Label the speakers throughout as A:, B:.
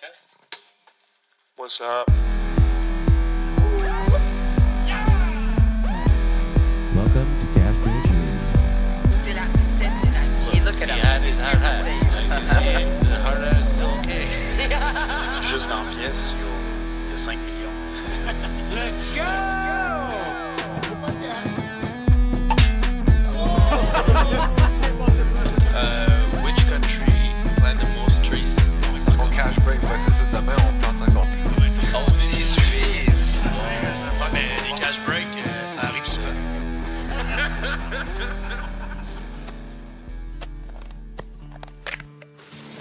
A: test.
B: What's up?
C: Welcome to Gasbridge Radio.
D: C'est la recette de la vie.
A: Look at him. He his hard hat. Like, you see, the hard hat is still okay.
E: Juste dans la pièce, il y a- il y a 5 millions.
A: Euh, which country plant the most trees?
F: Mon cash break, ouais, c'est ça. Demain, on plante encore plus.
A: Oh, this
E: Ouais, mais les cash breaks, euh, ça arrive souvent.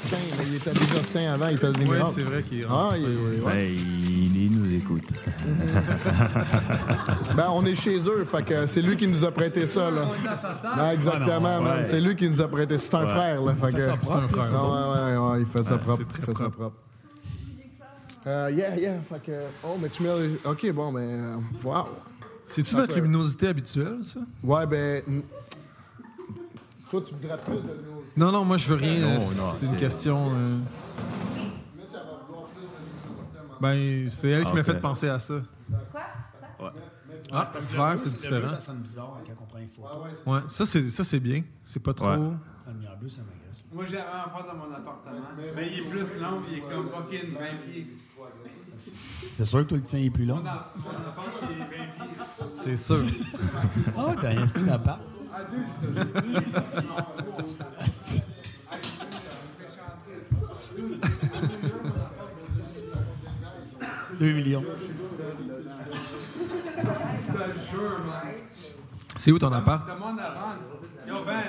G: Tiens, mais il était déjà sain avant, il faisait des miracles.
H: c'est vrai qu'il est
G: Ah, il- ouais.
C: Ben, il, il nous écoute.
G: Ben, on est chez eux, fait que c'est lui qui nous a prêté ça, là. Ben, exactement,
C: Ouais, Ah non,
G: man.
C: ouais.
G: C'est lui qui nous a prêté. C'est un
C: Ouais.
G: frère, là. Fait que...
H: ça propre,
G: Ah,
H: c'est un
G: ouais, ouais, ouais, il fait ça
H: Ouais,
G: propre.
H: c'est
G: Il
H: très
G: fait ça propre. Euh, yeah, yeah, fait que... Oh, mais tu mets... OK, bon, ben... euh, Wow.
H: C'est-tu votre luminosité habituelle, ça?
G: Ouais, ben... mm. Toi, tu voudrais plus de luminosité.
H: Non, non, moi, je veux rien.
C: Non,
H: euh,
C: non,
H: c'est une
C: c'est-
H: question... euh,
G: Mais tu vas vouloir plus de luminosité,
H: Ben, c'est elle qui
C: Ah,
H: m'a
C: ok.
H: fait penser à ça.
C: Ouais.
H: Ah, parce vert, c'est
I: Le bleu,
H: différent. Ah
I: ça sonne bizarre quand on prend une photo.
H: Ouais, ça, c'est, ça, c'est bien. C'est pas trop...
C: Ouais.
I: La lumière bleue, ça m'agresse.
H: Moi, j'avais un dans mon appartement. Mais il est plus long, il est comme fucking 20 pieds.
I: C'est sûr que toi, le tien est plus long.
H: C'est sûr.
I: Oh, t'as un style à part. Asti. Deux millions.
H: C'est où ton appart?
J: Ben.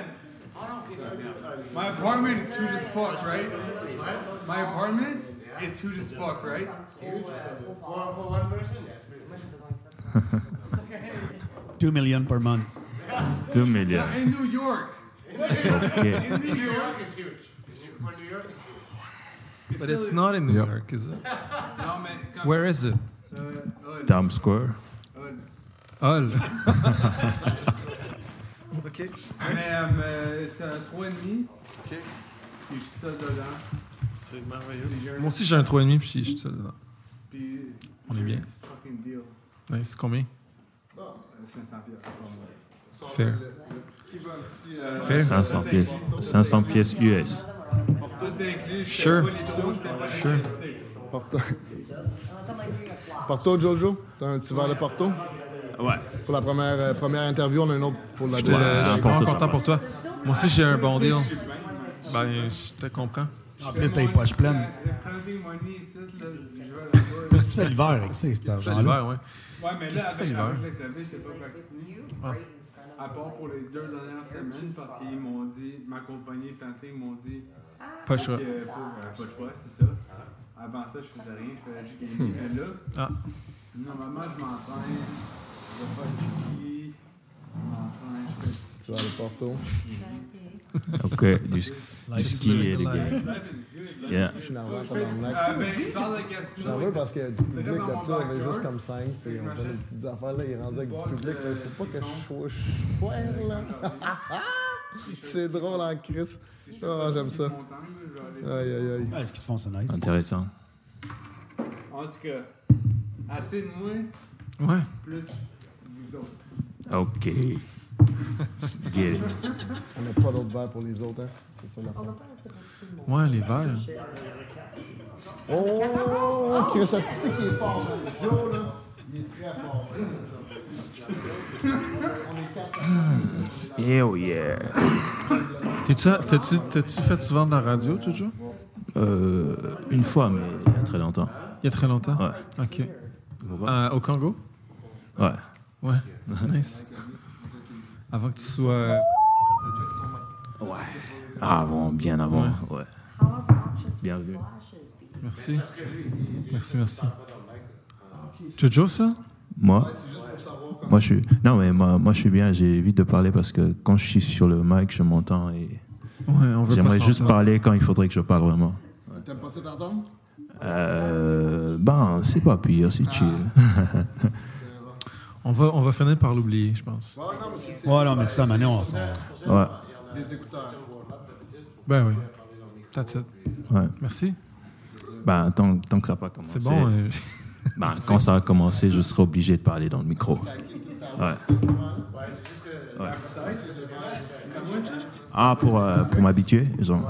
J: My apartment is huge as fuck, right? My apartment is huge as fuck, right?
I: Two million per month.
C: 2 millions.
J: In New York.
C: OK.
J: In New York is huge. For New York is huge.
H: But it's not in New
G: Yep.
H: York, is it?
J: No man. come-
H: Where is it?
C: Times Square.
H: Hull.
J: Ok. Mais euh, mais c'est un 3,5. Ok. Puis je suis ça dedans.
H: C'est
J: Puis j'ai un-
H: Moi aussi, j'ai un 3,5 puis je suis seul dedans.
J: puis
H: On est bien.
J: j'ai ce fucking deal.
H: Ouais, c'est combien?
J: Euh, 500 piastres, c'est pas moi.
H: Fair.
G: Qui veut un petit... euh,
H: Fair.
C: 500 pièces. 500 pièces US.
J: Tout inclus. je
H: Sure.
J: fais pas les taux, je fais pas les
H: Sure.
J: publicités.
G: Porto. Porto, Jojo? T'as un petit verre de Porto?
C: Ouais.
G: Pour la première, euh, première interview, on a une autre pour la
H: Je te-
G: deuxième.
H: Euh, je suis
C: apporte
H: vraiment
C: ça,
H: content pour toi. Moi aussi, j'ai un bon deal. Ben, je te comprends.
I: En plus, t'as les poches pleines.
J: Le printing money ici, là, je vais là-bas.
I: Qu'est-ce que tu fais l'hiver avec ça, cet
H: C'est
I: argent-là?
H: l'hiver, ouais.
J: Ouais, mais
H: Qu'est-ce
J: là,
H: que tu fais Ah.
J: avec,
H: l'hiver?
J: avec le COVID, j'étais pas vacciné. À part pour les deux dernières semaines, parce qu'ils m'ont dit, ma compagnie Planting m'ont dit
H: Pas le choix.
J: qu'il faut euh, pas de choix, c'est ça. Avant ça, je faisais rien, je faisais juste gagner. Mais là,
H: Ah.
J: normalement, je m'entraîne, je vais faire du ski, je m'entraîne, je fais du
G: Tu vas aller Porto.
C: OK. Du, du ski et du game. Yeah.
G: Je suis nerveux,
J: ski. Euh,
G: tabarnak.
J: ben, il parle de
G: Je
J: Gaspé.
G: suis nerveux parce que du public,
J: C'est dans mon
G: d'habitude, on est
J: backyard.
G: juste comme 5, puis on fait des petites affaires, là, il est rendu avec du public, là, il faut pas que je sois chouère, là. C'est drôle en crise. Ah, j'aime ça. Aïe, aïe, aïe.
I: Ouais, ce qu'ils te font, c'est nice.
C: Intéressant.
J: En tout cas, assez de moi,
H: Ouais.
J: plus vous autres.
C: Ah, OK. Get it.
G: On n'a pas d'autre verre pour les autres, hein. C'est ça, la fin.
H: Ouais, les verts.
G: Oh, oh, oh, oh, Chris, ça se dit qu'il est fort, man. Joe, là, il est très fort. On est quatre.
C: Hell yeah.
H: T'es-tu, t'as-tu, t'as-tu fait souvent de la radio, Jojo?
C: Euh, une fois, mais il y a très longtemps.
H: Il y a très longtemps?
C: Ouais.
H: OK. Euh, au Congo?
C: Ouais.
H: Ouais. Nice. Avant que tu sois... euh,
C: Ouais. Avant, bien avant. Ouais. Bienvenue.
H: Merci. Merci, merci. Jojo, ça?
C: Moi Moi, je suis. Non, mais moi, moi, je suis bien. J'évite de parler parce que quand je suis sur le mic, je m'entends et
H: Ouais, on veut
C: j'aimerais
H: pas
C: juste
H: s'entendre.
C: parler quand il faudrait que je parle vraiment.
G: T'aimes pas ça t'entendre?
C: Euh, ben, c'est pas pire, c'est chill.
H: On va, on va finir par l'oublier, je pense.
G: Ouais, Ah, non, mais c'est c'est
I: Ouais, non, mais ça, maintenant, on s'en-
C: Ouais,
G: des écouteurs.
H: Ben oui. That's it.
C: ouais.
H: Merci.
I: Ben, tant, tant que ça n'a pas commencé.
H: C'est bon. euh,
I: Ben, quand ça a commencé, je serai obligé de parler dans le micro. Ouais. Ouais. Ah, pour, euh, pour m'habituer ils ont...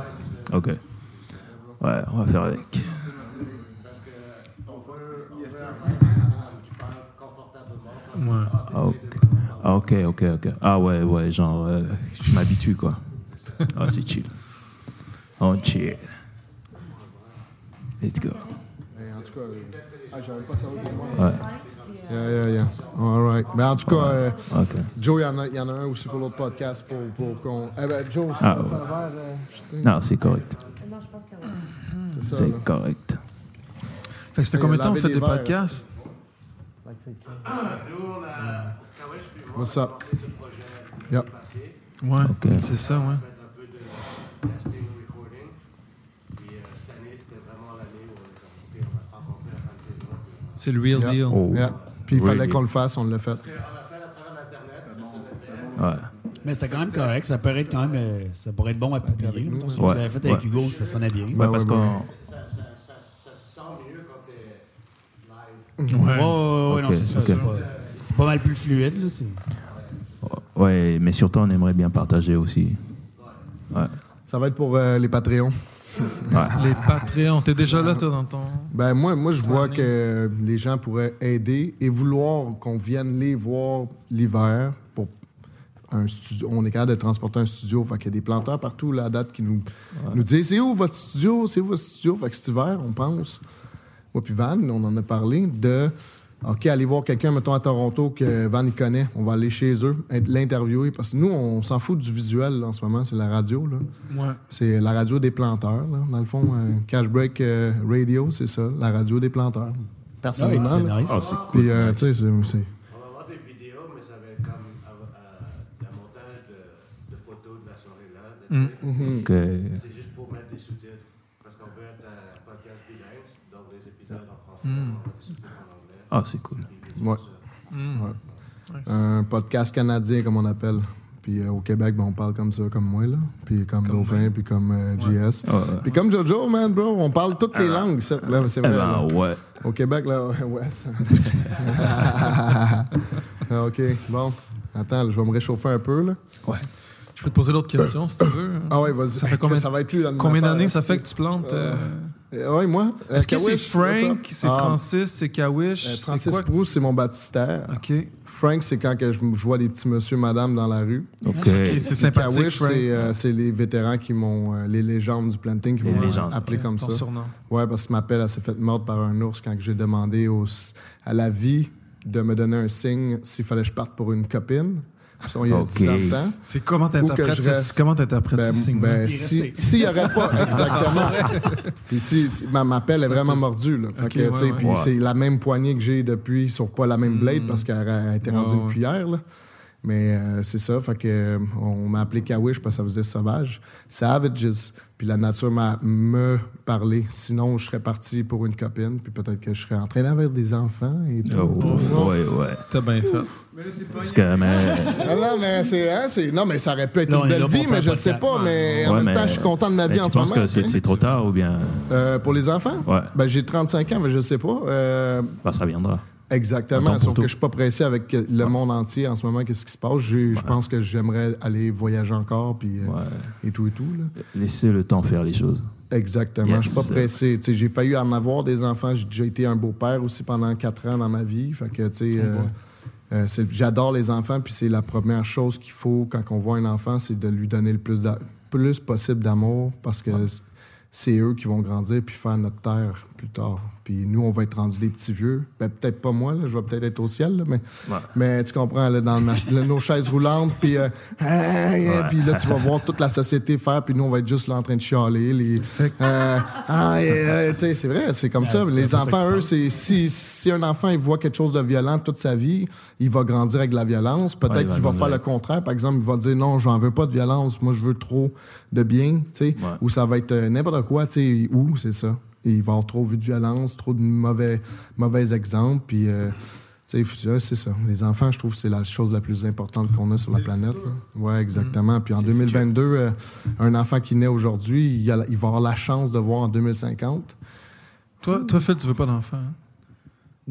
I: Ok. Ouais, on va faire avec.
H: ouais.
I: Ah, ok, Ah, ok, ok. ok. Ah ouais, ouais, genre, euh, je m'habitue, quoi. Ah, c'est chill. On chill. Let's go.
G: Mais en tout cas, euh, ah, j'avais pas savoir pour moi.
I: Ouais,
G: Yeah, yeah, yeah. All right. Mais en tout cas, euh,
I: ok.
G: Joe, il y, en a- il y en a un aussi pour l'autre podcast pour, pour qu'on. Eh ben, Joe, c'est
I: Ah,
G: un
I: ouais.
G: verre. euh, putain,
I: Non, c'est correct.
G: c'est ça, là.
I: C'est correct.
H: Fait que ça fait
G: Il a
H: combien de temps on
G: lavé
H: fait
G: des
H: des
G: verres,
H: podcasts?
G: What's up? Yep.
H: Ouais,
I: Ok.
H: c'est ça, ouais. C'est le real
G: Yeah.
H: deal.
I: Oh.
G: Yeah. Puis il fallait
I: Really?
G: qu'on le fasse, on l'a fait.
I: Ouais.
C: Mais c'était quand même correct. Ça pourrait être quand même. euh, Ça pourrait être bon à publier.
G: avec nous,
C: mettons,
G: hein.
C: Ce que vous
I: Ouais,
C: avez fait avec
I: ouais.
C: Hugo, ça sonnait bien.
I: Ouais, parce
G: ouais,
I: qu'on.
C: Ouais, ouais, ouais, ouais, non,
I: Ok,
C: c'est ça.
I: ok.
C: C'est pas, c'est pas mal plus fluide, là. c'est-
I: Ouais, mais surtout, on aimerait bien partager aussi. Ouais.
G: Ça va être pour euh, les Patreons.
H: Les Patreons, t'es déjà là, toi, dans ton.
G: Ben moi, moi je vois que les gens pourraient aider et vouloir qu'on vienne les voir l'hiver pour un studio. On est capable de transporter un studio. Fait qu'il y a des planteurs partout là, à date qui nous, nous disent C'est où votre studio? C'est où votre studio? Fait que cet hiver, on pense. Moi puis Van, on en a parlé de OK, aller voir quelqu'un, mettons, à Toronto que Van il connaît. On va aller chez eux, être- l'interviewer. Parce que nous, on s'en fout du visuel là, en ce moment, c'est la radio. Là.
H: Ouais.
G: C'est la radio des planteurs, là. dans le fond. euh, Cash Break euh, Radio, c'est ça, la radio des planteurs.
C: Ouais,
I: Ah,
G: Personnellement.
C: c'est
G: là.
C: nice.
G: Puis, euh, tu sais, c'est- c'est.
E: On va voir des vidéos, mais ça va être comme un montage de, de photos de la soirée-là. de-
I: Mm.
G: Mhm.
I: Ok.
E: C'est juste pour mettre des sous-titres. Parce qu'on veut être un podcast bilingue, donc les épisodes en français,
H: Hmm.
E: on va des sous-titres en anglais.
I: Ah, c'est cool.
G: ouais.
H: Hmm.
G: Ouais. Un podcast canadien, comme on appelle. Puis euh, au Québec, ben, on parle comme ça, comme moi, là. Puis comme, Dauphin, puis comme euh, GS.
I: Ouais, ouais.
G: Puis comme Jojo, man, bro, on parle toutes les langues. C'est là, c'est
I: Eh
G: vrai. là.
I: ben, ouais.
G: Au Québec, là, ouais, ouais. ça- Ah, OK, bon. Attends, là, je vais me réchauffer un peu, là.
H: Je peux te poser d'autres questions si tu veux.
G: Ah ouais, vas-y.
H: Ça fait combien-
G: ça va être lui,
H: Combien
G: l'animateur,
H: d'années
G: là.
H: ça fait que tu plantes euh,
G: Euh, ouais, moi. euh,
H: Est-ce que c'est
G: Kawish,
H: Frank,
G: what's up?
H: c'est
G: Ah,
H: Francis, c'est Kawish
G: euh,
H: c'est
G: Francis
H: quoi? Ah.
G: Proust, c'est mon baptistère.
H: Ok.
G: Frank, c'est quand que je, je vois des petits monsieur, madame dans la rue.
I: Ok.
H: Ok, c'est sympathique,
G: Kawish,
H: Frank.
G: c'est euh, c'est les vétérans qui m'ont. euh, les légendes du planting qui
I: Les
G: m'ont
I: légendes.
G: appelé comme
H: ton
G: ça.
H: surnom.
G: Ouais, parce que ma pelle, elle s'est faite mordre par un ours quand que j'ai demandé au- à la vie de me donner un signe s'il fallait que je parte pour une copine. Puis ça, il y a
I: Ok.
G: 17 ans.
H: C'est comment
G: Ou
H: t'interprètes
G: que je
H: ce-
G: reste-
H: comment t'interprètes
G: Ben,
H: ce signe
G: ben, si- s'il n'y aurait pas, exactement. puis si, si- ma, ma pelle est vraiment mordue. Là. Fait
H: Ok,
G: que, tu sais,
H: ouais, ouais.
G: puis
I: Ouais.
G: c'est la même poignée que j'ai depuis, sauf pas la même blade parce qu'elle a été rendue
H: Ouais,
G: une
H: ouais.
G: cuillère. là. Mais euh, c'est ça, fait que, euh, on m'a appelé Kawish parce que ça faisait sauvage. Savages. Puis la nature m'a me parlé. Sinon, je serais parti pour une copine, puis peut-être que je serais en train d'avoir des enfants et tout.
I: Oh, ouais, ouais.
H: T'as bien fait.
I: Parce que, mais.
G: Non, Ah non, mais c'est, hein, c'est- non, mais ça aurait pu être
C: Là, on
G: une
C: est
G: belle
C: là pour
G: vie,
C: faire
G: mais je
C: un
G: sais pas.
C: podcast.
G: Mais en
I: Ouais,
G: même
I: mais-
G: temps, je suis content de ma
I: mais
G: vie en
I: tu
G: ce moment.
I: penses que
G: tu
I: c'est
G: sais.
I: c'est trop tard Ah, ou bien.
G: Euh, pour les enfants?
I: Ouais.
G: Ben, j'ai 35 ans, mais je sais pas. euh,
I: Ben, ça viendra. Attends
G: exactement,
I: pour
G: sauf
I: tout.
G: que je suis pas pressé avec que- le monde entier en ce moment, qu'est-ce qui se passe. J'ai- Je pense que j'aimerais aller voyager encore, puis euh,
I: Ouais.
G: et tout et tout. là.
I: Laissez le temps faire les choses.
G: Exactement,
I: Yes.
G: je suis pas pressé. Tu sais, j'ai failli en avoir des enfants. J'ai déjà été un beau-père aussi pendant 4 ans dans ma vie. Fait que, tu sais, euh, euh, c'est- j'adore les enfants, puis c'est la première chose qu'il faut quand on voit un enfant, c'est de lui donner le plus, d'a- plus possible d'amour parce que c'est eux qui vont grandir puis faire notre terre plus tard. Puis nous, on va être rendus des petits vieux. Ben, peut-être pas moi, là, je vais peut-être être au ciel, là, mais,
I: Ouais.
G: mais tu comprends, là, dans ma- là, nos chaises roulantes, puis, euh, Ah, yeah, puis là, tu vas voir toute la société faire, puis nous, on va être juste là en train de chialer. Les, euh, Ah, yeah, tu sais, c'est vrai, c'est comme ça. Les enfants, eux, c'est si, si un enfant il voit quelque chose de violent toute sa vie, il va grandir avec de la violence. Peut-être
I: Ouais, il va
G: qu'il va
I: grandir
G: faire le
I: avec.
G: contraire. Par exemple, il va dire non, j'en veux pas de violence, moi, je veux trop de bien, tu sais, ou ça va être euh, n'importe quoi, tu sais, où, c'est ça. Et il va y avoir trop vu de violence, trop de mauvais, mauvais exemples, puis. euh, tu sais, ça, c'est ça. Les enfants, je trouve que c'est la chose la plus importante qu'on a sur la planète. là. Ouais, exactement. Puis en 2022, euh, un enfant qui naît aujourd'hui, il, a- il va avoir la chance de voir en 2050
H: Toi, toi, Phil, tu veux pas d'enfant. hein?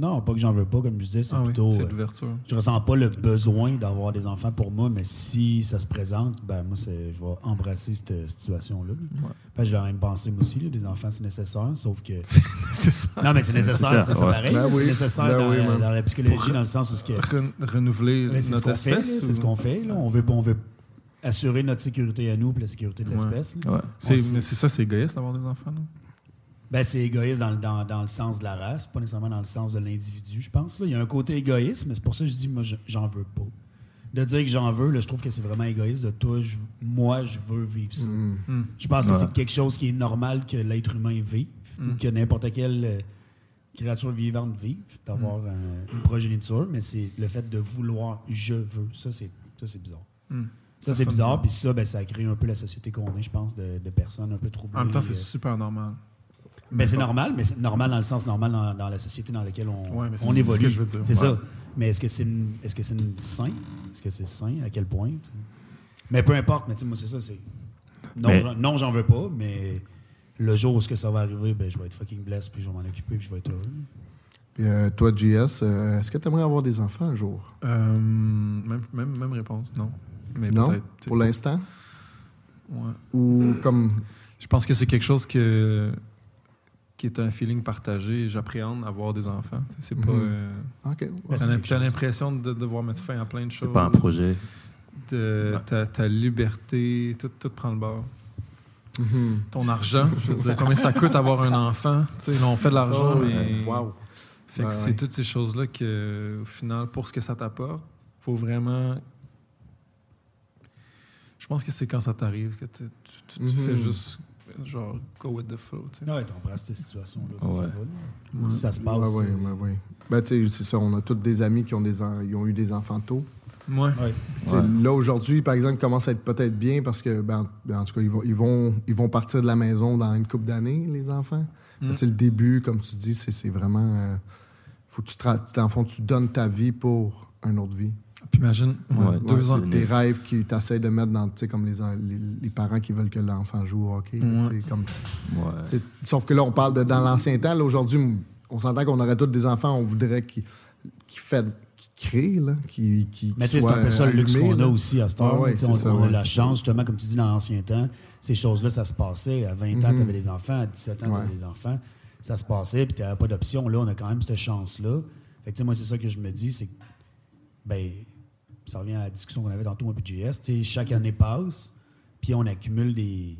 C: Non, pas que j'en veux pas, comme je disais, c'est
H: Ah oui,
C: plutôt.
H: c'est
C: euh,
H: l'ouverture.
C: je ressens pas le besoin d'avoir des enfants pour moi, mais si ça se présente, ben moi, c'est- je vais embrasser cette situation-là. Parce que j'ai la même pensée, moi aussi, là, des enfants, c'est nécessaire, sauf que.
H: C'est nécessaire.
C: Non, mais c'est nécessaire, c'est ça
I: ouais.
C: pareil.
G: Ben
C: c'est
G: oui,
C: nécessaire
G: ben
C: dans,
G: oui,
C: la-
G: man.
C: dans la psychologie,
H: Pour-
C: dans le sens où ce que.
H: Ren- renouveler
C: Mais c'est ce
H: notre
C: qu'on fait, là,
H: espèce.
C: c'est
H: ou-
C: ce qu'on fait. là. On, veut, on veut assurer notre sécurité à nous et la sécurité de
H: Ouais.
C: l'espèce. là.
I: Ouais.
H: C'est-
C: On sait-
H: mais c'est ça, c'est égoïste d'avoir des enfants. non?
C: Ben, c'est égoïste dans, le- dans- dans le sens de la race, pas nécessairement dans le sens de l'individu, je pense. là. Il y a un côté égoïste, mais c'est pour ça que je dis, moi, je- j'en veux pas. De dire que j'en veux, là, je trouve que c'est vraiment égoïste de toi, je- moi, je veux vivre ça.
G: Mm.
C: Je pense que
I: Ouais.
C: c'est quelque chose qui est normal que l'être humain vive ou
H: Mm.
C: que n'importe quelle euh, créature vivante vive, d'avoir
H: Mm.
C: un- une progéniture, mais c'est le fait de vouloir je veux. Ça, c'est ça, c'est bizarre.
H: Mm.
C: Ça, c'est
H: sonne
C: bizarre, puis ça, ben, ça crée un peu la société qu'on est, je pense, de, de personnes un peu troublées.
H: En même temps, c'est
C: euh,
H: super normal.
C: ben, c'est normal, mais c'est normal dans le sens normal dans, dans la société dans laquelle on,
H: Ouais, mais c'est-
C: on
H: c'est ce
C: évolue.
H: que je veux dire.
C: C'est
H: Ouais.
C: ça. Mais est-ce que c'est une- est-ce que c'est une sain? Est-ce que c'est sain? À quel point? tu sais? Mais peu importe, mais tu sais, moi, c'est ça. c'est Non,
I: Mais-
C: j'en- non, j'en veux pas, mais le jour où ce que ça va arriver, ben, je vais être fucking blessé, puis je vais m'en occuper, puis je vais être heureux.
G: Puis, euh, toi, JS, euh, est-ce que tu aimerais avoir des enfants un jour?
H: Euh, même, même, même réponse, non. Mais
G: non?
H: peut-être, tu sais.
G: Pour l'instant?
H: Ouais.
G: Ou comme.
H: Je pense que c'est quelque chose que, qui est un feeling partagé. J'appréhende avoir des enfants. tu sais, C'est pas.
G: Mhm.
H: euh,
G: OK.
C: Ben,
H: t'as
C: c'est
H: l'im-
C: quelque
H: T'as
C: chose.
H: l'impression de devoir mettre fin à plein de choses.
I: C'est pas un projet.
H: de- ta, ta liberté, tout, tout prend le bord.
G: Mhm.
H: Ton argent, je veux dire, combien ça coûte avoir un enfant. Tu sais, là, on fait de l'argent,
G: Oh,
H: mais.
G: Wow.
H: Fait que
G: Ouais,
H: c'est
G: ouais.
H: toutes ces choses-là que, au final, pour ce que ça t'apporte, faut vraiment. Je pense que c'est quand ça t'arrive que tu, tu- tu- tu
G: Mhm.
H: fais juste, genre, go with the flow. tu sais.
C: Ouais, t'embrasses cette situation-là. puis tu
I: Ouais.
C: y vas, là.
H: Ouais.
C: Si ça se
G: Ouais,
C: passe.
G: ouais,
C: euh,
G: ouais, ouais. Ben, tu sais, c'est ça. On a tous des amis qui ont, des en- ils ont eu des enfants tôt.
H: Ouais.
C: ouais.
G: Tu sais, Là, aujourd'hui, par exemple, commence à être peut-être bien parce que, ben, ben, en tout cas, ils vont, ils, vont, ils vont partir de la maison dans une couple d'années, les enfants.
H: Mm.
G: C'est le début, comme tu dis, c'est c'est vraiment. euh, faut que tu, te, dans le fond, tu donnes ta vie pour une autre vie.
H: Puis imagine, ouais,
I: Ouais,
H: deux
I: c'est
H: ans.
I: une-
G: Tes rêves qui t'essayent de mettre dans, tu sais, comme les, en- les, les parents qui veulent que l'enfant joue au hockey. là,
H: Ouais.
G: tu sais, comme-
I: Ouais.
G: tu sais, sauf que là, on parle de dans l'ancien temps. Là, Aujourd'hui, on s'entend qu'on aurait tous des enfants, on voudrait qu'ils qu'ils fassent- qu'ils créent, là, qu'ils qu'ils-
C: Mais tu
G: qu'ils
C: sais, c'est un
G: soient
C: peu ça le luxe
G: allumés,
C: qu'on a
G: euh, là.
C: aussi à cette heure.
G: Ah ouais,
C: Tu sais,
G: c'est
C: on
G: ça,
C: on a
G: ouais.
C: la chance, justement, comme tu dis, dans l'ancien temps, ces choses-là, ça se passait. À 20 ans,
G: Mhm.
C: tu avais des enfants. À 17 ans, tu
G: Ouais.
C: avais des enfants. Ça se passait, puis tu n'avais pas d'option. Là, on a quand même cette chance-là. Fait que, tu sais, moi, c'est ça que je me dis, c'est que, ben, ça revient à la discussion qu'on avait tantôt, moi, puis JS. Tu sais, chaque année passe, puis on accumule des.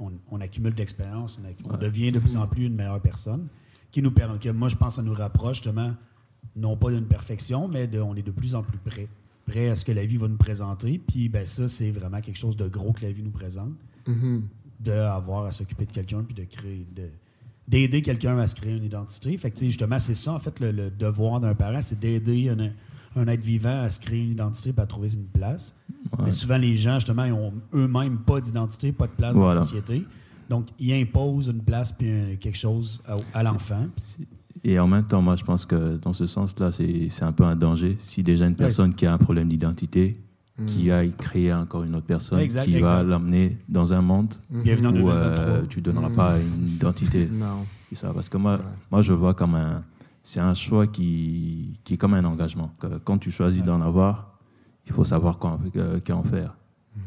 C: On, on accumule d'expérience, on, accu- on devient de plus en plus une meilleure personne, qui nous permet, que moi, je pense, ça nous rapproche, justement, non pas d'une perfection, mais de, on est de plus en plus près. Prêt à ce que la vie va nous présenter. Puis ben ça, c'est vraiment quelque chose de gros que la vie nous présente.
G: Mhm.
C: D'avoir à s'occuper de quelqu'un puis de créer de d'aider quelqu'un à se créer une identité. Fait que, tu sais, justement, c'est ça, en fait, le, le devoir d'un parent, c'est d'aider un, un être vivant à se créer une identité puis à trouver une place. Mais souvent, les gens, justement, ils ont eux-mêmes pas d'identité, pas de place dans
I: Voilà.
C: la société. Donc, ils imposent une place puis un- quelque chose à, à l'enfant.
I: Et en même temps, moi, je pense que dans ce sens-là, c'est c'est un peu un danger. Si déjà une personne qui a un problème d'identité, qui aille créer encore une autre personne,
C: Exact,
I: qui va
C: exact.
I: l'emmener dans un monde
C: Bienvenue en
I: où
C: 2023.
I: euh, tu ne donneras pas une identité.
G: Mm. Non.
I: Et ça, parce que moi,
G: Ouais.
I: moi, je vois comme un. C'est un choix qui, qui est comme un engagement. Que quand tu choisis d'en avoir, il faut savoir qu'en que- qu'en faire.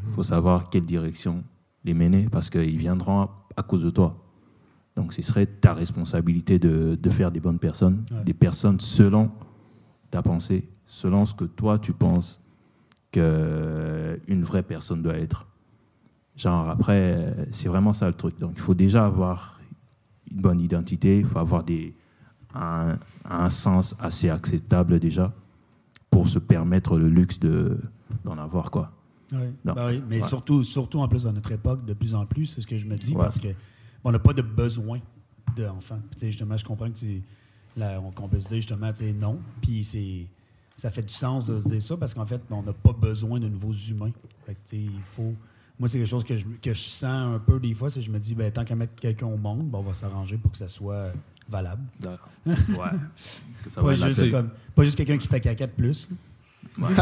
I: Il faut savoir quelle direction les mener parce qu'ils viendront à, à cause de toi. Donc, ce serait ta responsabilité de, de faire des bonnes personnes,
C: Ouais.
I: des personnes selon ta pensée, selon ce que toi tu penses qu'une vraie personne doit être. Genre, après, euh, c'est vraiment ça le truc. Donc, il faut déjà avoir une bonne identité, il faut avoir des, un, un sens assez acceptable déjà pour se permettre le luxe de, d'en avoir, quoi.
C: Oui,
I: Non.
C: Ben oui, mais
I: Ouais.
C: surtout, surtout en plus dans notre époque, de plus en plus, c'est ce que je me dis,
I: Ouais.
C: parce que on n'a pas de besoin d'enfants. Puis, tu sais, Justement, je comprends que tu, là, on, qu'on peut se dire justement tu sais, non, puis c'est ça fait du sens de se dire ça, parce qu'en fait, on n'a pas besoin de nouveaux humains. Fait que, tu sais, il faut, moi, c'est quelque chose que je, que je sens un peu des fois, c'est que je me dis, ben, tant qu'à mettre quelqu'un au monde, ben, on va s'arranger pour que ça soit valable.
I: Ouais. Que ça
C: Pas
I: vaille Ah la
C: juste,
I: peine.
C: comme- pas juste quelqu'un qui fait caca de plus. là.
I: Ouais.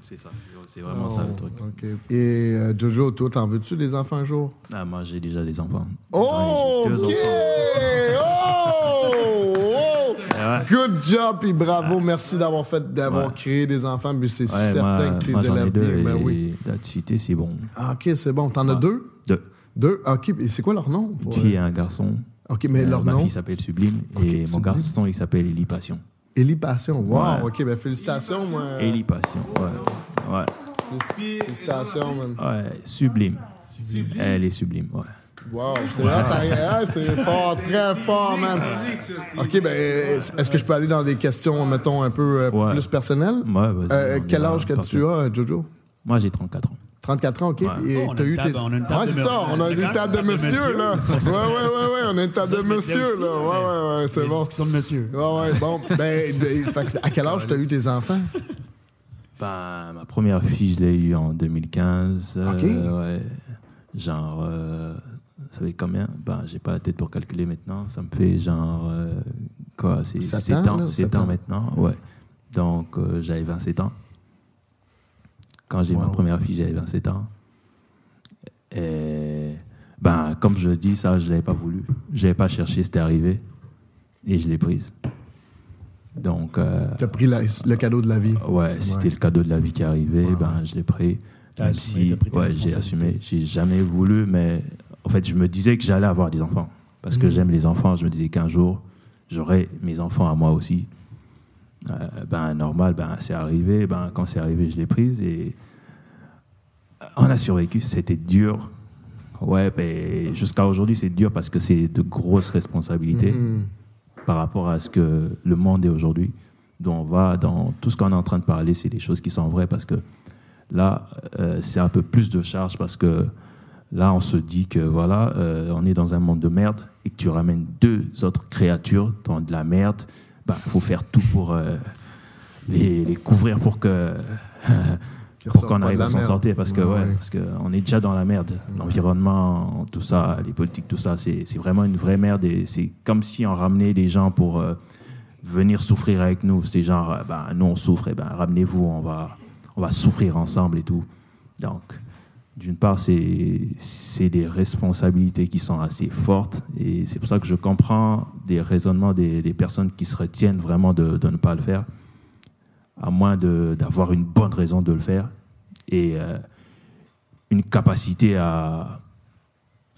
I: c'est ça. C'est vraiment ça le
G: Oh,
I: truc.
G: OK. Et euh, Jojo, toi, t'en veux-tu des enfants un jour?
I: Ah, moi, j'ai déjà des enfants.
G: Oh,
I: Ouais, j'ai deux Eh
G: OK!
I: enfants.
G: Oh! Good job et bravo, merci d'avoir fait d'avoir ouais. créé des enfants, mais c'est
I: ouais,
G: certain
I: moi-
G: que tes
I: moi, j'en ai
G: élèves
I: deux,
G: bien, ben
I: et
G: oui.
I: La cité, c'est bon.
G: Ah, ok, c'est bon. T'en as deux?
I: Deux.
G: Deux? Ah, Ok, et c'est quoi leur nom?
I: Une
G: pour-
I: fille et un garçon.
G: Ok, mais leur
I: euh, ma
G: nom?
I: fille s'appelle Sublime
G: Ok,
I: et mon
G: Sublime.
I: garçon, il s'appelle Élie Passion.
G: Élie Passion. Wow,
I: Ouais.
G: ok, ben félicitations, moi.
I: Élie Passion, ouais. Ouais.
G: Félic- Félicitations, man.
I: Ouais, sublime. Elle est sublime, ouais.
G: Wow, c'est hot, hein? Hein, c'est fort, très fort, man. OK, ben, est-ce que je peux aller dans des questions, mettons, un peu euh,
I: Ouais.
G: plus personnelles?
I: Ouais, vas-y,
G: Euh,
I: on
G: quel
I: ira
G: âge que tu
I: partout.
G: as, Jojo?
I: Moi, j'ai 34 ans.
G: 34 ans, OK?
I: Ouais.
G: Et
C: Oh, on a
G: t'as
C: une
G: eu
C: table-
G: tes...
C: on a une table
G: ouais,
C: de
G: c'est ça,
C: mer-
G: on a
C: c'est
G: une
C: quand
G: table de
C: même une table de
G: monsieur,
C: monsieur,
G: là.
C: c'est pour
G: Ouais,
C: ça.
G: ouais, ouais, ouais, on a une table de
C: Ça, je
G: monsieur,
C: l'étais aussi,
G: là. Ouais, ouais, ouais, c'est
C: Des
G: bon.
C: discussions de monsieur.
G: Ouais, ouais, bon. Ben, ben, fait que à quel âge t'as eu tes enfants?
I: Ben, ma première fille, je l'ai eue en 2015. euh,
G: Ok.
I: ouais. Genre, euh, vous savez combien Ben, j'ai pas la tête pour calculer maintenant. Ça me fait genre, euh, quoi, c'est
G: Ça
I: 7
G: tend,
I: ans,
G: là, ça
I: 7 ans
G: tend.
I: maintenant, ouais. Donc, euh, j'avais 27 ans. Quand j'ai eu ma
G: Wow.
I: première fille, j'avais 27 ans. Et, ben, comme je dis, ça, je l'avais pas voulu. Je l'avais pas cherché, c'était arrivé. Et je l'ai prise. Donc, euh,
G: T'as pris la- le cadeau de la vie.
I: Ouais, c'était le cadeau de la vie qui arrivait, ben, je l'ai pris.
C: T'as
I: Même
C: assumé,
I: si,
C: t'as pris tes
I: ouais, j'ai
C: responsabilités.
I: assumé, j'ai jamais voulu, mais en fait, je me disais que j'allais avoir des enfants. Parce
C: Mhm.
I: que j'aime les enfants, je me disais qu'un jour, j'aurais mes enfants à moi aussi. Euh, ben, normal, ben, c'est arrivé, ben, quand c'est arrivé, je l'ai prise et on a survécu, c'était dur. Ouais, ben, jusqu'à aujourd'hui, c'est dur parce que c'est de grosses responsabilités
G: Mhm.
I: par rapport à ce que le monde est aujourd'hui, dont on va, dans tout ce qu'on est en train de parler, c'est des choses qui sont vraies parce que là, euh, c'est un peu plus de charge parce que là, on se dit que voilà, euh, on est dans un monde de merde et que tu ramènes deux autres créatures dans de la merde, il faut faire tout pour euh, les, les couvrir pour que.
G: Qu'ils
I: pour
G: ressortent
I: qu'on
G: pas
I: arrive
G: de la
I: à s'en
G: merde.
I: sortir parce que ouais,
G: Ouais.
I: parce que on est déjà dans la merde l'environnement tout ça les politiques tout ça c'est c'est vraiment une vraie merde et c'est comme si on ramenait des gens pour euh, venir souffrir avec nous c'est genre euh, ben nous on souffre et ben ramenez-vous on va on va souffrir ensemble et tout donc d'une part c'est c'est des responsabilités qui sont assez fortes et c'est pour ça que je comprends des raisonnements des, des personnes qui se retiennent vraiment de- de ne pas le faire à moins de- d'avoir une bonne raison de le faire et euh, une capacité à,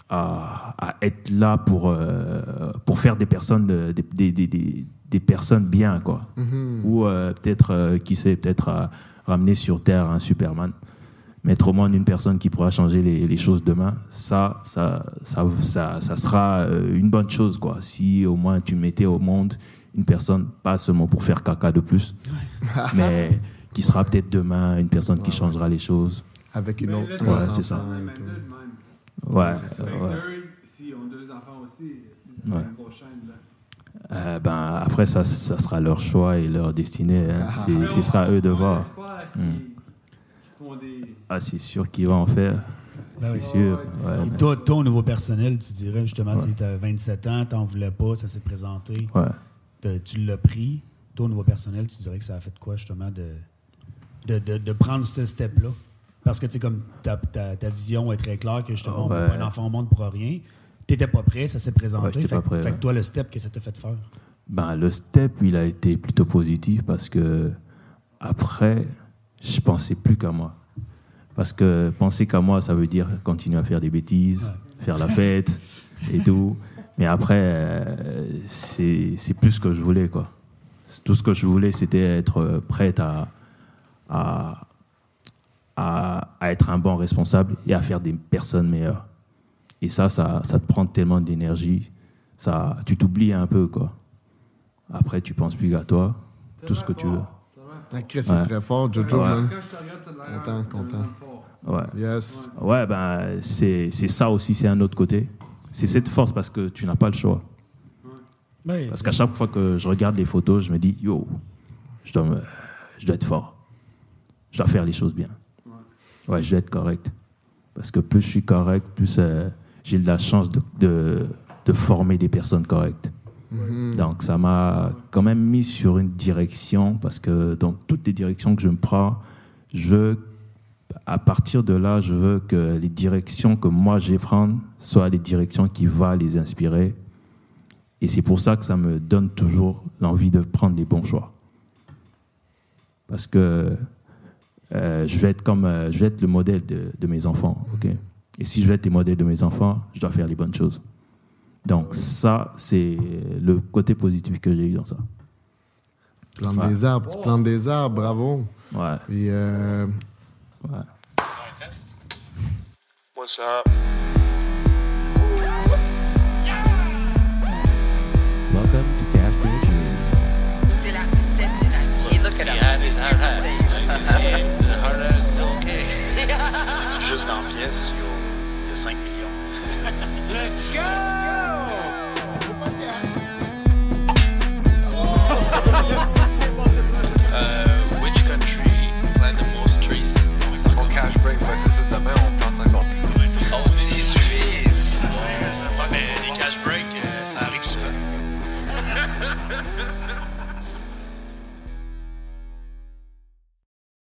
I: à, à être là pour, euh, pour faire des personnes, euh, des, des- des- des- des personnes bien, quoi.
G: Mhm.
I: Ou euh, peut-être, euh, qui sait, peut-être à ramener sur Terre un Superman, mettre au monde une personne qui pourra changer les, les choses demain. Ça ça, ça, ça, ça sera euh, une bonne chose, quoi. Si au moins tu mettais au monde une personne, pas seulement pour faire caca de plus, mais qui sera peut-être demain une personne qui changera les choses.
G: Avec une
J: Ben,
G: autre.
J: là,
I: Ouais,
J: t'as
I: c'est
J: des
I: ça.
J: enfants, même à deux de même.
I: Ouais, euh,
J: Fait
I: ouais.
J: que deux, s'ils ont deux enfants aussi, c'est
I: Ouais.
J: une grosse chaîne, là.
I: Euh, ben, après, ça, ça sera leur choix et leur destinée. hein.
C: Ah,
I: C'est- Ce sera à eux de voir. Hmm. Ah, c'est sûr qu'ils vont en faire.
C: Ben oui.
I: C'est sûr. Ouais,
C: Et
I: mais-
C: toi, toi, au niveau personnel, tu dirais justement,
I: Ouais.
C: si tu as 27 ans, t'en voulais pas, ça s'est présenté,
I: ouais.
C: t'as- tu l'as pris. Toi, au niveau personnel, tu dirais que ça a fait quoi justement de, de, de, de prendre ce step-là? Parce que tu sais, comme ta, ta, ta vision est très claire que justement, on met
I: Ouais.
C: pas un enfant au monde pour rien. T'étais pas prêt, ça s'est
I: Ouais,
C: présenté.
I: j'étais
C: fait,
I: pas prêt,
C: fait que
I: ouais.
C: toi, le step que ça t'a fait faire.
I: Ben, le step, il a été plutôt positif parce que après, je pensais plus qu'à moi. Parce que penser qu'à moi, ça veut dire continuer à faire des bêtises, faire la fête et tout. Mais après, euh, c'est c'est plus ce que je voulais, quoi. Tout ce que je voulais, c'était être euh, prête à, à, à, à être un bon responsable et à faire des personnes meilleures. Et ça, ça, ça te prend tellement d'énergie. Ça, tu t'oublies un peu, quoi. Après, tu penses plus à toi, tout ce que tu veux.
G: Ah, Chris, c'est
I: Ouais.
G: très fort, Jojo,
I: Ouais.
G: man.
J: Quand je te regarde, t'as de l'air
G: Content, content.
I: Ouais.
G: Yes.
I: Ouais, ben, c'est c'est ça aussi, c'est un autre côté. C'est cette force parce que tu n'as pas le choix.
C: Ben,
I: Parce qu'à chaque fois que je regarde les photos, je me dis, yo, je dois, me- je dois être fort. Je dois faire les choses bien. Ouais, je dois être correct. Parce que plus je suis correct, plus euh, j'ai de la chance de, de, de former des personnes correctes. Donc ça m'a quand même mis sur une direction, parce que dans toutes les directions que je me prends, je veux, à partir de là, je veux que les directions que moi je vais prendre soient les directions qui vont les inspirer Et c'est pour ça que ça me donne toujours l'envie de prendre les bons choix. Parce que euh, je, vais être comme, euh, je vais être le modèle de, de mes enfants. ok Et si je vais être le modèle de mes enfants, je dois faire les bonnes choses. Donc ça, c'est le côté positif que j'ai eu dans ça.
G: Plante des arbres, tu plantes des arbres, bravo.
I: Ouais.
G: Puis, euh,
I: ouais.
B: What's up?
K: Welcome to Cash Bridge Radio.
D: C'est la recette de la vie. Look at
L: Behind his hard hat. Like you say, the hard hat is still okay.
M: Juste en pièces, il y a- il y a 5 millions.
L: Let's go!
A: Euh, which country plant the most trees? On cash break, ouais, c'est ça. Demain, on plante 50 plus. Oh, 18!
M: Ouais, mais les cash breaks, euh, ça arrive souvent.